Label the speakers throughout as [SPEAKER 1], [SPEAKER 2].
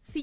[SPEAKER 1] Si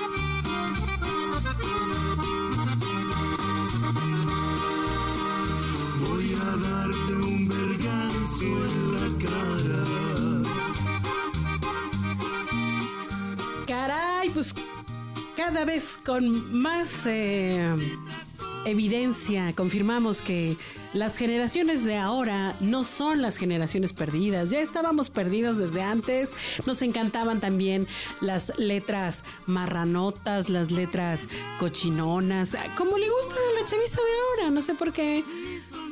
[SPEAKER 2] Voy a darte un verganzo en la cara.
[SPEAKER 3] Caray, pues cada vez con más eh, evidencia confirmamos que las generaciones de ahora no son las generaciones perdidas. Ya estábamos perdidos desde antes. Nos encantaban también las letras marranotas, las letras cochinonas, como le gusta a la chaviza de ahora. No sé por qué.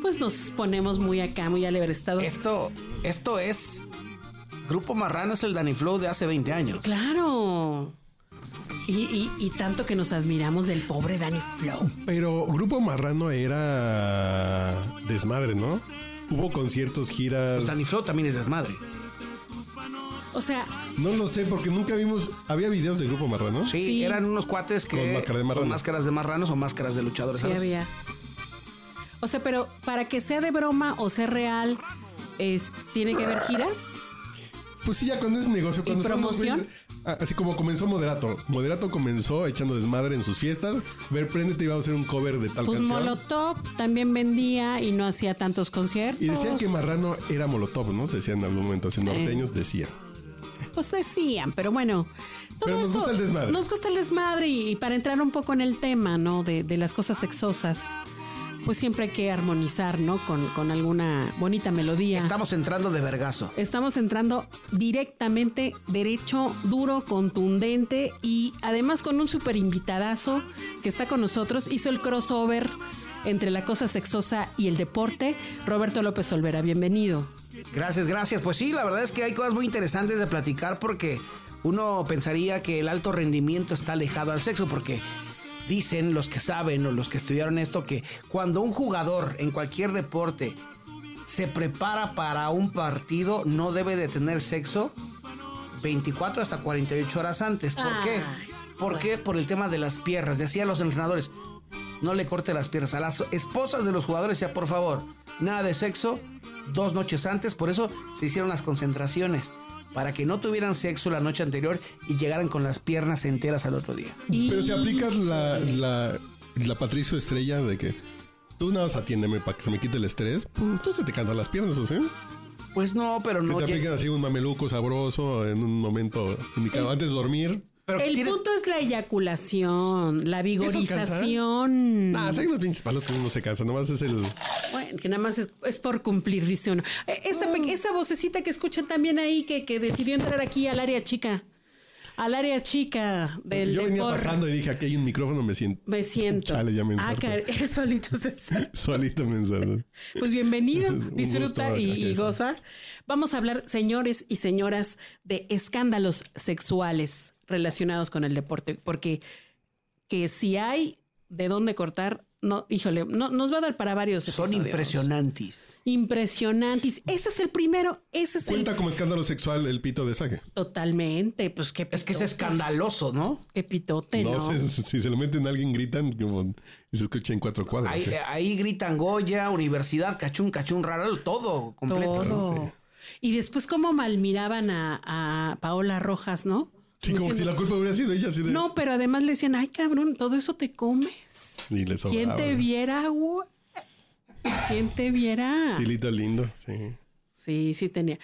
[SPEAKER 3] Pues nos ponemos muy acá, muy alebrestados.
[SPEAKER 4] Esto, esto es. Grupo Marrano es el Danny Flow de hace 20 años.
[SPEAKER 3] Claro. Y, y- y tanto que nos admiramos del pobre Danny Flow.
[SPEAKER 5] Pero Grupo Marrano era desmadre, ¿no? Hubo conciertos,
[SPEAKER 3] Pues
[SPEAKER 5] giras.
[SPEAKER 4] Danny Flow también es desmadre.
[SPEAKER 3] O sea,
[SPEAKER 5] No lo sé, porque nunca vimos. Había videos de Grupo Marrano.
[SPEAKER 4] Sí,
[SPEAKER 3] Sí.
[SPEAKER 4] eran unos cuates que.
[SPEAKER 5] Con máscara de marrano.
[SPEAKER 4] con máscaras de marranos o máscaras de luchadores.
[SPEAKER 3] sí
[SPEAKER 4] ¿sabes?
[SPEAKER 3] había. O sea, pero para que sea de broma o sea real, es, tiene que haber giras.
[SPEAKER 5] Pues sí, ya cuando es negocio, cuando están los
[SPEAKER 3] promoción?
[SPEAKER 5] güeyes- Ah, Así como comenzó Moderato. Moderato comenzó echando desmadre en sus fiestas. Ver, préndete iba a hacer un cover de tal
[SPEAKER 3] Pues
[SPEAKER 5] canción.
[SPEAKER 3] Molotov también vendía y no hacía tantos conciertos.
[SPEAKER 5] Y decían que Marrano era Molotov, ¿no? Decían en algún momento, así norteños decían.
[SPEAKER 3] Pues decían, pero bueno. Todo
[SPEAKER 5] Pero nos
[SPEAKER 3] eso-
[SPEAKER 5] gusta el desmadre.
[SPEAKER 3] Nos gusta el desmadre y, y para entrar un poco en el tema, ¿no? De, de las cosas sexosas, pues siempre hay que armonizar, ¿no? Con, con alguna bonita melodía.
[SPEAKER 4] Estamos entrando de vergazo.
[SPEAKER 3] Estamos entrando directamente, derecho, duro, contundente y además con un super invitadazo que está con nosotros. Hizo el crossover entre la cosa sexosa y el deporte. Roberto López Olvera, bienvenido.
[SPEAKER 4] Gracias, gracias. Pues sí, la verdad es que hay cosas muy interesantes de platicar porque uno pensaría que el alto rendimiento está alejado al sexo porque dicen los que saben o los que estudiaron esto que cuando un jugador en cualquier deporte se prepara para un partido no debe de tener sexo 24 hasta 48 horas antes. ¿Por qué?
[SPEAKER 3] Ay,
[SPEAKER 4] ¿Por qué? Por el tema de las piernas. Decían los entrenadores, no le corte las piernas. A las esposas de los jugadores ya, por favor, nada de sexo dos noches antes. Por eso se hicieron las concentraciones. Para que no tuvieran sexo la noche anterior y llegaran con las piernas enteras al otro día.
[SPEAKER 5] Pero si aplicas la, la, la Patricio Estrella de que tú nada más atiéndeme para que se me quite el estrés, pues entonces se te cantan las piernas, ¿o sí?
[SPEAKER 4] Pues no, pero
[SPEAKER 5] Que
[SPEAKER 4] no.
[SPEAKER 5] te
[SPEAKER 4] lle-
[SPEAKER 5] aplican así un mameluco sabroso en un momento indicado antes de dormir.
[SPEAKER 4] pero
[SPEAKER 3] el
[SPEAKER 4] tiene-
[SPEAKER 3] punto es la eyaculación, la vigorización.
[SPEAKER 5] Ah, sí, los pinches palos que uno se cansa, nomás es el...
[SPEAKER 3] Bueno, que nada más es, es por cumplir, dice uno. Eh,
[SPEAKER 5] Ah.
[SPEAKER 3] Esa, pe- esa vocecita que escuchan también ahí, que, que decidió entrar aquí al área chica. Al área chica del
[SPEAKER 5] Yo venía
[SPEAKER 3] deporte.
[SPEAKER 5] pasando y dije, aquí hay un micrófono, me siento
[SPEAKER 3] Me siento.
[SPEAKER 5] Chale, ya me
[SPEAKER 3] ah,
[SPEAKER 5] ensarté.
[SPEAKER 3] caray, solito se ensarta.
[SPEAKER 5] solito pensando.
[SPEAKER 3] Pues bienvenido,
[SPEAKER 5] Un
[SPEAKER 3] disfruta
[SPEAKER 5] gusto
[SPEAKER 3] y,
[SPEAKER 5] acá
[SPEAKER 3] y
[SPEAKER 5] estar.
[SPEAKER 3] goza. Vamos a hablar, señores y señoras, de escándalos sexuales relacionados con el deporte, porque que si hay de dónde cortar, no, híjole, no, nos va a dar para varios.
[SPEAKER 4] Son
[SPEAKER 3] episodios.
[SPEAKER 4] impresionantes.
[SPEAKER 3] Impresionantes. Ese es el primero, ese es
[SPEAKER 5] Cuenta
[SPEAKER 3] el
[SPEAKER 5] como escándalo sexual el pito de Sage.
[SPEAKER 3] totalmente, pues qué
[SPEAKER 4] Es que es
[SPEAKER 3] pitote,
[SPEAKER 4] escandaloso, ¿no?
[SPEAKER 3] Qué pitote,
[SPEAKER 5] No,
[SPEAKER 3] ¿no?
[SPEAKER 5] sé, si se lo meten a alguien, gritan como, y se escucha en cuatro cuadros.
[SPEAKER 4] Ahí,
[SPEAKER 5] Pues ¿sí?
[SPEAKER 3] eh,
[SPEAKER 4] ahí gritan Goya, Universidad, Cachún, Cachún, Raral, todo completo.
[SPEAKER 3] Todo.
[SPEAKER 5] Sí.
[SPEAKER 3] Y después cómo malmiraban a, a Paola Rojas, ¿no?
[SPEAKER 5] Sí, como si
[SPEAKER 3] Diciendo-
[SPEAKER 5] la culpa hubiera sido ella. Así de,
[SPEAKER 3] No, pero además le decían, ay cabrón, todo eso te comes.
[SPEAKER 5] y le
[SPEAKER 3] ¿Quién
[SPEAKER 5] sobraba,
[SPEAKER 3] te
[SPEAKER 5] ¿no?
[SPEAKER 3] viera, güey? ¿Quién te viera? Sí,
[SPEAKER 5] Chilito lindo, sí.
[SPEAKER 3] sí, tenía.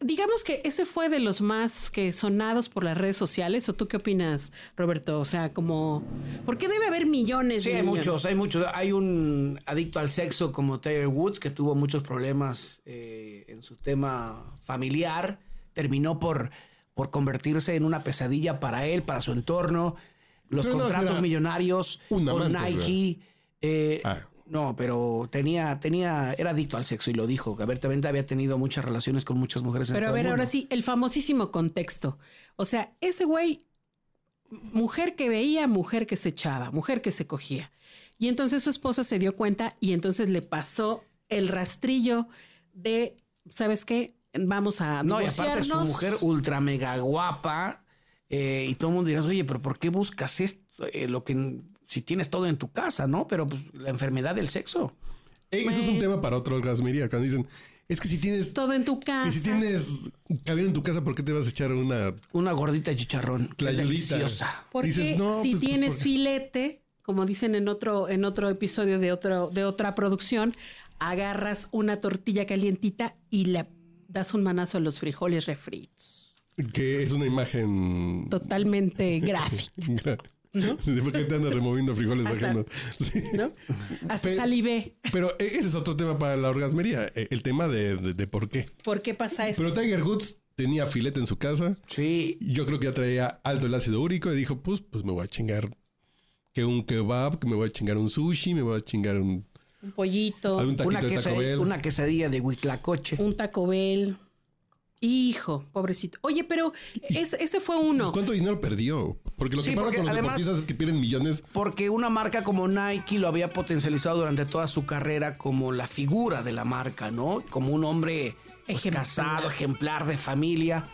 [SPEAKER 3] Digamos que ese fue de los más que sonados por las redes sociales. ¿O tú qué opinas, Roberto? O sea, como, ¿por qué debe haber millones?
[SPEAKER 4] Sí,
[SPEAKER 3] de
[SPEAKER 4] hay
[SPEAKER 3] millones?
[SPEAKER 4] muchos, hay muchos. Hay un adicto al sexo como Taylor Woods que tuvo muchos problemas eh, en su tema familiar. Terminó por, por convertirse en una pesadilla para él, para su entorno. Los
[SPEAKER 5] Pero no,
[SPEAKER 4] contratos
[SPEAKER 5] será
[SPEAKER 4] millonarios
[SPEAKER 5] un
[SPEAKER 4] con
[SPEAKER 5] amante,
[SPEAKER 4] Nike. eh,
[SPEAKER 5] Ah.
[SPEAKER 4] No, pero tenía, tenía, era adicto al sexo y lo dijo. que Abiertamente había tenido muchas relaciones con muchas mujeres. en
[SPEAKER 3] Pero a
[SPEAKER 4] todo el
[SPEAKER 3] ver, ahora
[SPEAKER 4] mundo.
[SPEAKER 3] sí, el famosísimo contexto. O sea, ese güey, mujer que veía, mujer que se echaba, mujer que se cogía. Y entonces su esposa se dio cuenta y entonces le pasó el rastrillo de, ¿sabes qué? Vamos a
[SPEAKER 4] No, y aparte su
[SPEAKER 3] divorciarnos.
[SPEAKER 4] mujer ultra mega guapa. eh, y todo el mundo dirás, oye, pero ¿por qué buscas esto? eh, lo que si tienes todo en tu casa, ¿no? Pero pues, la enfermedad del sexo.
[SPEAKER 5] Ey, eh, Eso es un tema para otro orgasmería. Cuando dicen, es que si tienes.
[SPEAKER 3] Todo en tu casa.
[SPEAKER 5] Y si tienes caviar en tu casa, ¿por qué te vas a echar una
[SPEAKER 4] Una gordita de chicharrón. que es
[SPEAKER 5] Tlayolita.
[SPEAKER 4] Deliciosa.
[SPEAKER 3] Porque
[SPEAKER 5] Dices, no,
[SPEAKER 3] si
[SPEAKER 5] pues,
[SPEAKER 3] tienes
[SPEAKER 5] porque-
[SPEAKER 3] filete, como dicen en otro, en otro episodio de otro, de otra producción, agarras una tortilla calientita y le das un manazo a los frijoles refritos.
[SPEAKER 5] que es una imagen
[SPEAKER 3] Totalmente gráfico,
[SPEAKER 5] de por qué te andas removiendo frijoles
[SPEAKER 3] Hasta-
[SPEAKER 5] ajenos? Sí.
[SPEAKER 3] ¿no? Hasta
[SPEAKER 5] Pero-
[SPEAKER 3] salivé.
[SPEAKER 5] Pero e- ese es otro tema para la orgasmería, e- el tema de, de- de por qué.
[SPEAKER 3] ¿Por qué pasa eso?
[SPEAKER 5] Pero Tiger Woods tenía filete en su casa.
[SPEAKER 4] Sí.
[SPEAKER 5] Yo creo que ya traía alto el ácido úrico y dijo, pues, pues me voy a chingar que un kebab, que me voy a chingar un sushi, me voy a chingar un,
[SPEAKER 3] Un pollito,
[SPEAKER 5] algún taquito
[SPEAKER 4] Una,
[SPEAKER 5] de Taco Bell.
[SPEAKER 4] quesadilla, una quesadilla de huitlacoche.
[SPEAKER 3] un taco Bell. Hijo, pobrecito. Oye, pero es- ese fue uno.
[SPEAKER 5] ¿Cuánto dinero perdió? Porque lo
[SPEAKER 4] Sí,
[SPEAKER 5] que pasa
[SPEAKER 4] porque
[SPEAKER 5] con los
[SPEAKER 4] además-
[SPEAKER 5] deportistas es que pierden millones.
[SPEAKER 4] Porque una marca como Nike lo había potencializado durante toda su carrera como la figura de la marca, ¿no? Como un hombre pues,
[SPEAKER 3] Ejemplar.
[SPEAKER 4] casado, ejemplar de familia.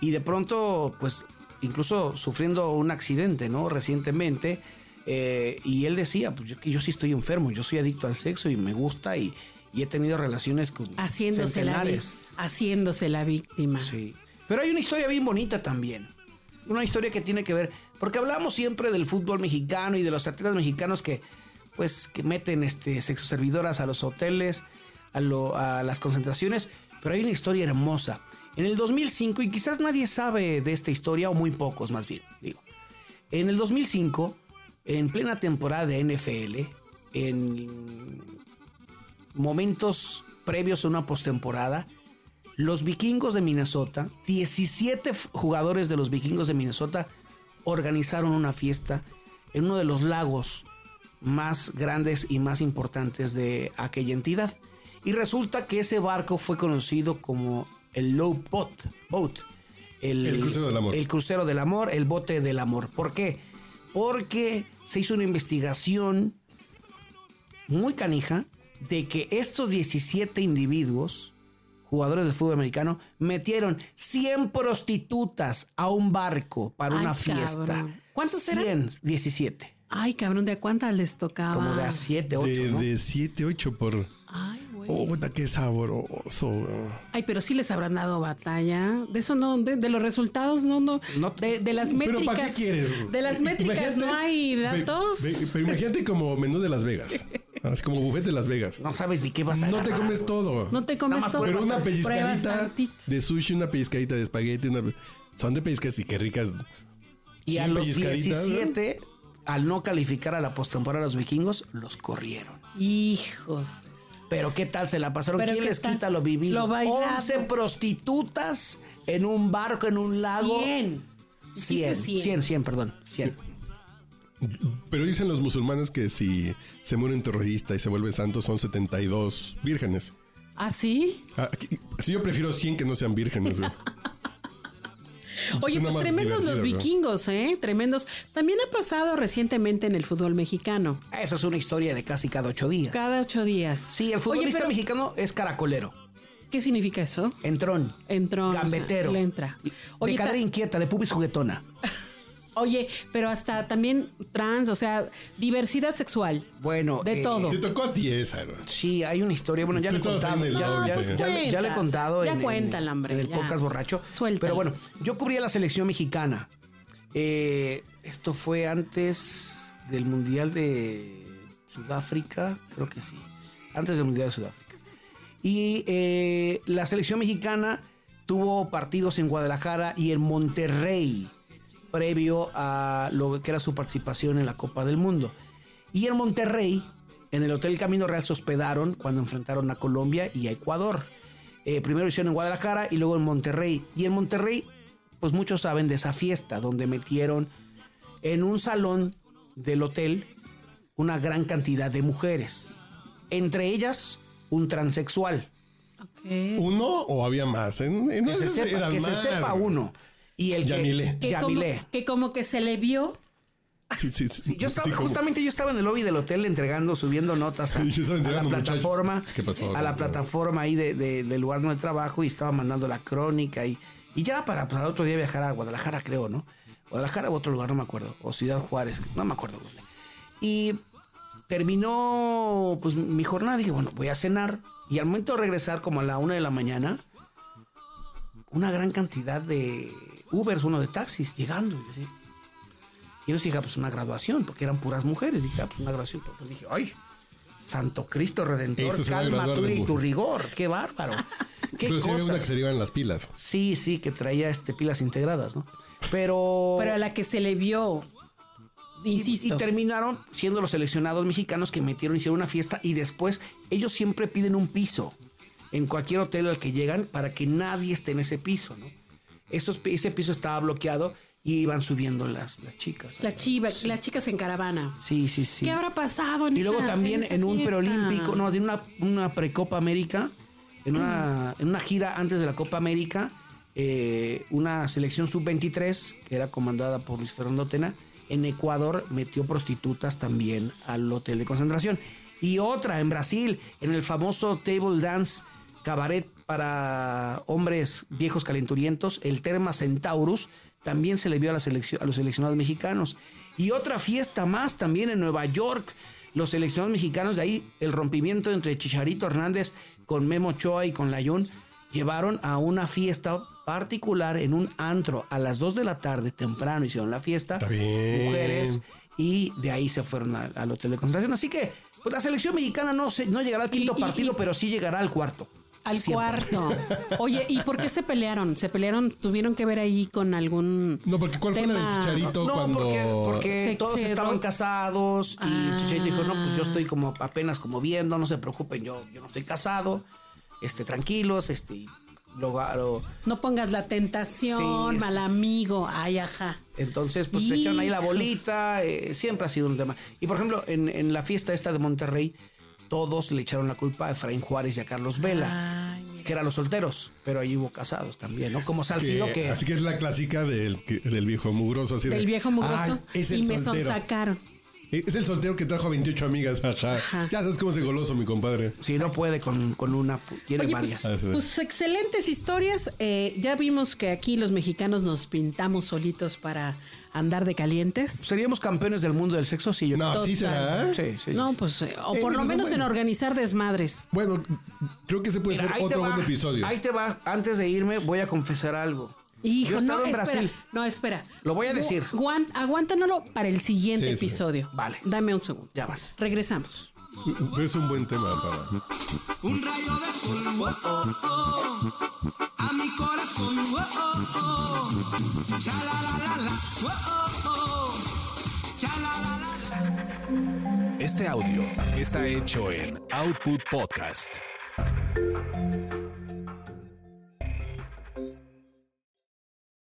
[SPEAKER 4] Y de pronto, pues, incluso sufriendo un accidente, ¿no? Recientemente. eh, y él decía, pues yo, que yo sí estoy enfermo, yo soy adicto al sexo y me gusta y, y he tenido relaciones con
[SPEAKER 3] Haciéndose la, vi-
[SPEAKER 4] centenares.
[SPEAKER 3] haciéndose la víctima.
[SPEAKER 4] Sí. Pero hay una historia bien bonita también. Una historia que tiene que ver. Porque hablamos siempre del fútbol mexicano y de los atletas mexicanos que, pues, que meten este, sexo servidoras a los hoteles, a, lo- a las concentraciones. Pero hay una historia hermosa. En el 2005, y quizás nadie sabe de esta historia, o muy pocos más bien, digo. En el 2005, en plena temporada de NFL, en momentos previos a una postemporada, los vikingos de Minnesota, 17 f- jugadores de los vikingos de Minnesota organizaron una fiesta en uno de los lagos más grandes y más importantes de aquella entidad. Y resulta que ese barco fue conocido como el Low Boat. boat
[SPEAKER 5] El crucero del amor.
[SPEAKER 4] El crucero del amor, el bote del amor. ¿Por qué? Porque se hizo una investigación muy canija de que estos 17 individuos, jugadores de fútbol americano, metieron 100 prostitutas a un barco para
[SPEAKER 3] Ay,
[SPEAKER 4] una
[SPEAKER 3] cabrón.
[SPEAKER 4] fiesta.
[SPEAKER 3] ¿Cuántos
[SPEAKER 4] 100,
[SPEAKER 3] eran?
[SPEAKER 4] 17.
[SPEAKER 3] Ay, cabrón, ¿de a cuántas les tocaba?
[SPEAKER 4] Como de a 7, 8,
[SPEAKER 5] De,
[SPEAKER 4] ¿no?
[SPEAKER 5] de 7, 8 por...
[SPEAKER 3] Ay, güey.
[SPEAKER 5] Oh, puta, qué sabroso. bro.
[SPEAKER 3] Ay, pero sí les habrán dado batalla. De eso no, de, de los resultados no, no.
[SPEAKER 4] No-
[SPEAKER 3] de, de las métricas.
[SPEAKER 5] ¿Pero para qué quieres?
[SPEAKER 3] De las métricas
[SPEAKER 5] Imagínate-
[SPEAKER 3] no hay
[SPEAKER 5] Ve-
[SPEAKER 3] datos.
[SPEAKER 5] ve- pero imagínate como menú de Las Vegas. Así como buffet de Las Vegas.
[SPEAKER 4] No sabes ni qué vas a
[SPEAKER 5] No te
[SPEAKER 4] agarrar,
[SPEAKER 5] comes
[SPEAKER 4] güey.
[SPEAKER 5] todo.
[SPEAKER 3] no te comes
[SPEAKER 4] Nada más
[SPEAKER 3] todo.
[SPEAKER 5] pero una
[SPEAKER 3] Pruebas
[SPEAKER 5] pellizcadita
[SPEAKER 3] tantito.
[SPEAKER 5] de sushi, una pellizcadita de espagueti, una... Son de pellizcas y qué ricas.
[SPEAKER 4] Y a
[SPEAKER 5] Sí,
[SPEAKER 4] los
[SPEAKER 5] pellizcaditas, ¿eh? ¿no?
[SPEAKER 4] 17, al no calificar a la postemporada los vikingos, los corrieron.
[SPEAKER 3] Hijos. de su-
[SPEAKER 4] Pero qué tal se la pasaron.
[SPEAKER 3] Pero
[SPEAKER 4] ¿Quién
[SPEAKER 3] qué
[SPEAKER 4] les
[SPEAKER 3] tal.
[SPEAKER 4] quita lo vivido?
[SPEAKER 3] Lo bailado.
[SPEAKER 4] 11 prostitutas en un barco, en un lago.
[SPEAKER 3] 100.
[SPEAKER 4] 100, 100, 100, perdón. 100.
[SPEAKER 5] Pero dicen los musulmanes que si se muere un terrorista y se vuelve santo son 72 vírgenes.
[SPEAKER 3] ¿Ah, sí?
[SPEAKER 5] Ah, aquí- sí, yo prefiero 100 que no sean vírgenes. güey.
[SPEAKER 3] Oye,
[SPEAKER 5] Suena
[SPEAKER 3] pues
[SPEAKER 5] más
[SPEAKER 3] tremendos los
[SPEAKER 5] divertido, ¿no?
[SPEAKER 3] vikingos, ¿eh? Tremendos. También ha pasado recientemente en el fútbol mexicano.
[SPEAKER 4] Esa es una historia de casi cada ocho días.
[SPEAKER 3] Cada ocho días.
[SPEAKER 4] Sí, el
[SPEAKER 3] Oye,
[SPEAKER 4] futbolista
[SPEAKER 3] pero,
[SPEAKER 4] mexicano es caracolero,
[SPEAKER 3] ¿Qué significa eso?
[SPEAKER 4] entrón,
[SPEAKER 3] Entró.
[SPEAKER 4] gambetero,
[SPEAKER 3] le entra.
[SPEAKER 4] de
[SPEAKER 3] ta-
[SPEAKER 4] cadera inquieta, de pubis juguetona.
[SPEAKER 3] Oye, pero hasta también trans, o sea, diversidad sexual.
[SPEAKER 4] Bueno,
[SPEAKER 3] de
[SPEAKER 4] eh,
[SPEAKER 3] todo.
[SPEAKER 5] Te tocó a ti esa, güey.
[SPEAKER 4] Sí, hay una historia. Bueno, ya
[SPEAKER 5] Tú
[SPEAKER 4] le he
[SPEAKER 5] estabas
[SPEAKER 4] contado.
[SPEAKER 5] ahí en el
[SPEAKER 4] ya-
[SPEAKER 5] lobby,
[SPEAKER 4] ya-
[SPEAKER 5] pues.
[SPEAKER 4] ya-
[SPEAKER 3] Pues
[SPEAKER 4] ya le he
[SPEAKER 3] cuentas,
[SPEAKER 4] contado
[SPEAKER 3] ya
[SPEAKER 4] en, en-
[SPEAKER 3] cuéntala, hombre,
[SPEAKER 4] en el
[SPEAKER 3] ya.
[SPEAKER 4] podcast borracho.
[SPEAKER 3] Suéltala.
[SPEAKER 4] Pero bueno, yo cubría la selección mexicana. Eh, esto fue antes del Mundial de Sudáfrica, creo que sí. Antes del Mundial de Sudáfrica. Y eh, la selección mexicana tuvo partidos en Guadalajara y en Monterrey previo a lo que era su participación en la Copa del Mundo. Y en Monterrey, en el Hotel Camino Real, se hospedaron cuando enfrentaron a Colombia y a Ecuador. Eh, primero hicieron en Guadalajara y luego en Monterrey. Y en Monterrey, pues muchos saben de esa fiesta donde metieron en un salón del hotel una gran cantidad de mujeres. Entre ellas, un transexual.
[SPEAKER 3] Ok.
[SPEAKER 5] ¿Uno o había más? En, en
[SPEAKER 4] Que se
[SPEAKER 5] esas
[SPEAKER 4] sepa,
[SPEAKER 5] eran
[SPEAKER 4] que se
[SPEAKER 5] más,
[SPEAKER 4] sepa
[SPEAKER 5] güey.
[SPEAKER 4] uno. Y el que-
[SPEAKER 5] Yamile.
[SPEAKER 3] Que como,
[SPEAKER 4] Yamile.
[SPEAKER 3] que como que se le vio
[SPEAKER 5] Sí, sí, sí.
[SPEAKER 4] Sí, yo estaba,
[SPEAKER 5] Sí, como-
[SPEAKER 4] justamente yo estaba en el lobby del hotel entregando, subiendo notas a,
[SPEAKER 5] Sí, yo estaba
[SPEAKER 4] a la
[SPEAKER 5] entregando, muchachos.
[SPEAKER 4] plataforma,
[SPEAKER 5] ¿Qué pasó?
[SPEAKER 4] a la plataforma ahí de- de- del lugar donde trabajo y estaba mandando la crónica y, y ya para, para otro día viajar a Guadalajara, creo, ¿no? Guadalajara u otro lugar, no me acuerdo, o Ciudad Juárez, no me acuerdo. dónde. Y terminó pues mi jornada, dije, bueno, voy a cenar y al momento de regresar como a la una de la mañana, una gran cantidad de Ubers, uno de taxis, llegando. y yo así, y entonces dije, ah, pues una graduación, porque eran puras mujeres. Dije, ah, pues una graduación. Pues dije, ay, Santo Cristo
[SPEAKER 5] Eso
[SPEAKER 4] Redentor,
[SPEAKER 5] es una
[SPEAKER 4] calma
[SPEAKER 5] graduar
[SPEAKER 4] tú
[SPEAKER 5] de
[SPEAKER 4] y tu
[SPEAKER 5] mujer.
[SPEAKER 4] rigor, qué bárbaro. Qué
[SPEAKER 5] Pero sí había una que
[SPEAKER 4] cosas.
[SPEAKER 5] se le iban las pilas.
[SPEAKER 4] Sí, sí, que traía este, pilas integradas, ¿no? Pero.
[SPEAKER 3] Pero a la que se le vio,
[SPEAKER 4] y, y
[SPEAKER 3] insisto,
[SPEAKER 4] terminaron siendo los seleccionados mexicanos que metieron, hicieron una fiesta y después ellos siempre piden un piso en cualquier hotel al que llegan para que nadie esté en ese piso, ¿no? Esos, pi- ese piso estaba bloqueado y iban subiendo las, las chicas.
[SPEAKER 3] las, chivas, las chicas en caravana.
[SPEAKER 4] Sí, sí, sí.
[SPEAKER 3] ¿Qué habrá pasado en
[SPEAKER 4] Y luego
[SPEAKER 3] esa-
[SPEAKER 4] también
[SPEAKER 3] esa
[SPEAKER 4] en un
[SPEAKER 3] fiesta?
[SPEAKER 4] preolímpico, no, en una, una precopa América, en una, en una gira antes de la Copa América, eh, una selección sub-23, que era comandada por Luis Fernando Tena, en Ecuador metió prostitutas también al hotel de concentración. Y otra en Brasil, en el famoso Table Dance Cabaret para hombres viejos calenturientos, el Terma Centaurus, también se le vio a, la selección, a los seleccionados mexicanos. Y otra fiesta más también en Nueva York. Los seleccionados mexicanos de ahí, el rompimiento entre Chicharito Hernández con Memo Choa y con Layún, llevaron a una fiesta particular en un antro a las 2 de la tarde, temprano hicieron la fiesta.
[SPEAKER 5] Está bien.
[SPEAKER 4] Mujeres. Y de ahí se fueron al, al hotel de concentración. Así que pues, la selección mexicana no, se- no llegará al quinto
[SPEAKER 3] Y- y-
[SPEAKER 4] partido,
[SPEAKER 3] y-
[SPEAKER 4] pero sí llegará al cuarto.
[SPEAKER 3] Al
[SPEAKER 4] Siempre.
[SPEAKER 3] cuarto. Oye, ¿y por qué se pelearon? ¿Se pelearon? ¿Tuvieron que ver ahí con algún.?
[SPEAKER 5] No, porque ¿cuál fue la
[SPEAKER 3] tema?
[SPEAKER 5] del chicharito
[SPEAKER 4] No,
[SPEAKER 5] cuando.
[SPEAKER 4] porque, porque
[SPEAKER 3] Se-
[SPEAKER 4] todos
[SPEAKER 3] se
[SPEAKER 4] estaban
[SPEAKER 3] rompe.
[SPEAKER 4] casados y
[SPEAKER 3] Ah.
[SPEAKER 4] Chicharito dijo, no, pues yo estoy como apenas como viendo, no se preocupen, yo, yo no estoy casado, este, tranquilos, este, y luego, ah, lo-
[SPEAKER 3] No pongas la tentación,
[SPEAKER 4] Sí, es-
[SPEAKER 3] mal amigo. Ay, ajá.
[SPEAKER 4] entonces pues se echaron ahí la bolita, eh, siempre ha sido un tema. Y por ejemplo, en, en la fiesta esta de Monterrey, todos le echaron la culpa a Efraín Juárez y a Carlos Vela,
[SPEAKER 3] Ay, mira.
[SPEAKER 4] que eran los solteros, pero ahí hubo casados también, ¿no? Como Salcido
[SPEAKER 5] Que-
[SPEAKER 4] que...
[SPEAKER 5] Así que es la clásica del, que- del viejo mugroso. Así de,
[SPEAKER 3] Del viejo mugroso.
[SPEAKER 5] "Ay, es
[SPEAKER 3] y
[SPEAKER 5] el
[SPEAKER 3] me
[SPEAKER 5] soltero. Eh,
[SPEAKER 3] sonsacaron.
[SPEAKER 5] Es el soltero que trajo a 28 amigas. Ajá.
[SPEAKER 3] Ajá.
[SPEAKER 5] Ya sabes cómo es el goloso, mi compadre.
[SPEAKER 4] Si no puede con, con una, pu- quiere
[SPEAKER 3] Oye,
[SPEAKER 4] varias.
[SPEAKER 3] pues, pues, excelentes historias. Eh, ya vimos que aquí los mexicanos nos pintamos solitos para andar de calientes.
[SPEAKER 4] ¿Seríamos campeones del mundo del sexo? Sí, yo
[SPEAKER 5] No,
[SPEAKER 4] creo.
[SPEAKER 5] sí será.
[SPEAKER 4] Sí, sí.
[SPEAKER 3] No, pues, eh, o
[SPEAKER 5] Eh,
[SPEAKER 3] por lo
[SPEAKER 5] eso
[SPEAKER 3] menos en
[SPEAKER 5] bueno.
[SPEAKER 3] organizar desmadres.
[SPEAKER 5] Bueno, creo que se puede
[SPEAKER 4] Mira,
[SPEAKER 5] hacer
[SPEAKER 4] ahí te
[SPEAKER 5] otro
[SPEAKER 4] va,
[SPEAKER 5] buen episodio.
[SPEAKER 4] Ahí te va. Antes de irme, voy a confesar algo.
[SPEAKER 3] Hijo,
[SPEAKER 4] Yo he
[SPEAKER 3] no,
[SPEAKER 4] estado en
[SPEAKER 3] espera,
[SPEAKER 4] Brasil.
[SPEAKER 3] no, espera.
[SPEAKER 4] Lo voy a
[SPEAKER 3] Gu-
[SPEAKER 4] decir.
[SPEAKER 3] guan- aguántanoslo para el siguiente
[SPEAKER 5] Sí, sí.
[SPEAKER 3] episodio.
[SPEAKER 4] Vale.
[SPEAKER 3] Dame un segundo.
[SPEAKER 4] Ya vas.
[SPEAKER 3] Regresamos.
[SPEAKER 5] Es un buen tema para.
[SPEAKER 2] Un rayo de sol, oh, oh, oh, a mi corazón, oh, oh, oh, cha la la la la, oh, oh, oh, cha la la la.
[SPEAKER 6] Este audio está hecho en Output Podcast.